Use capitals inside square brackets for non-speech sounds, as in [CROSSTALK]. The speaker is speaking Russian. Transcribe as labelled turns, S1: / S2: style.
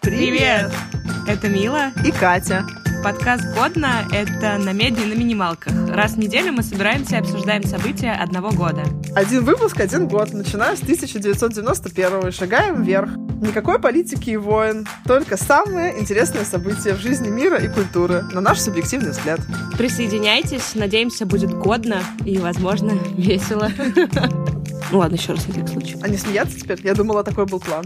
S1: Привет! Это Мила,
S2: И Катя.
S1: подкаст «Годно» — это на медне и на минималках. Раз в неделю мы собираемся и обсуждаем события одного года.
S2: Один выпуск, один год. Начиная с 1991-го и шагаем вверх. Никакой политики и войн, только самые интересные события в жизни мира и культуры, на наш субъективный взгляд.
S1: Присоединяйтесь, надеемся, будет годно и, возможно, [LAUGHS] весело. Ну ладно, еще раз на всякий случай.
S2: А не смеяться теперь? Я думала, такой был план.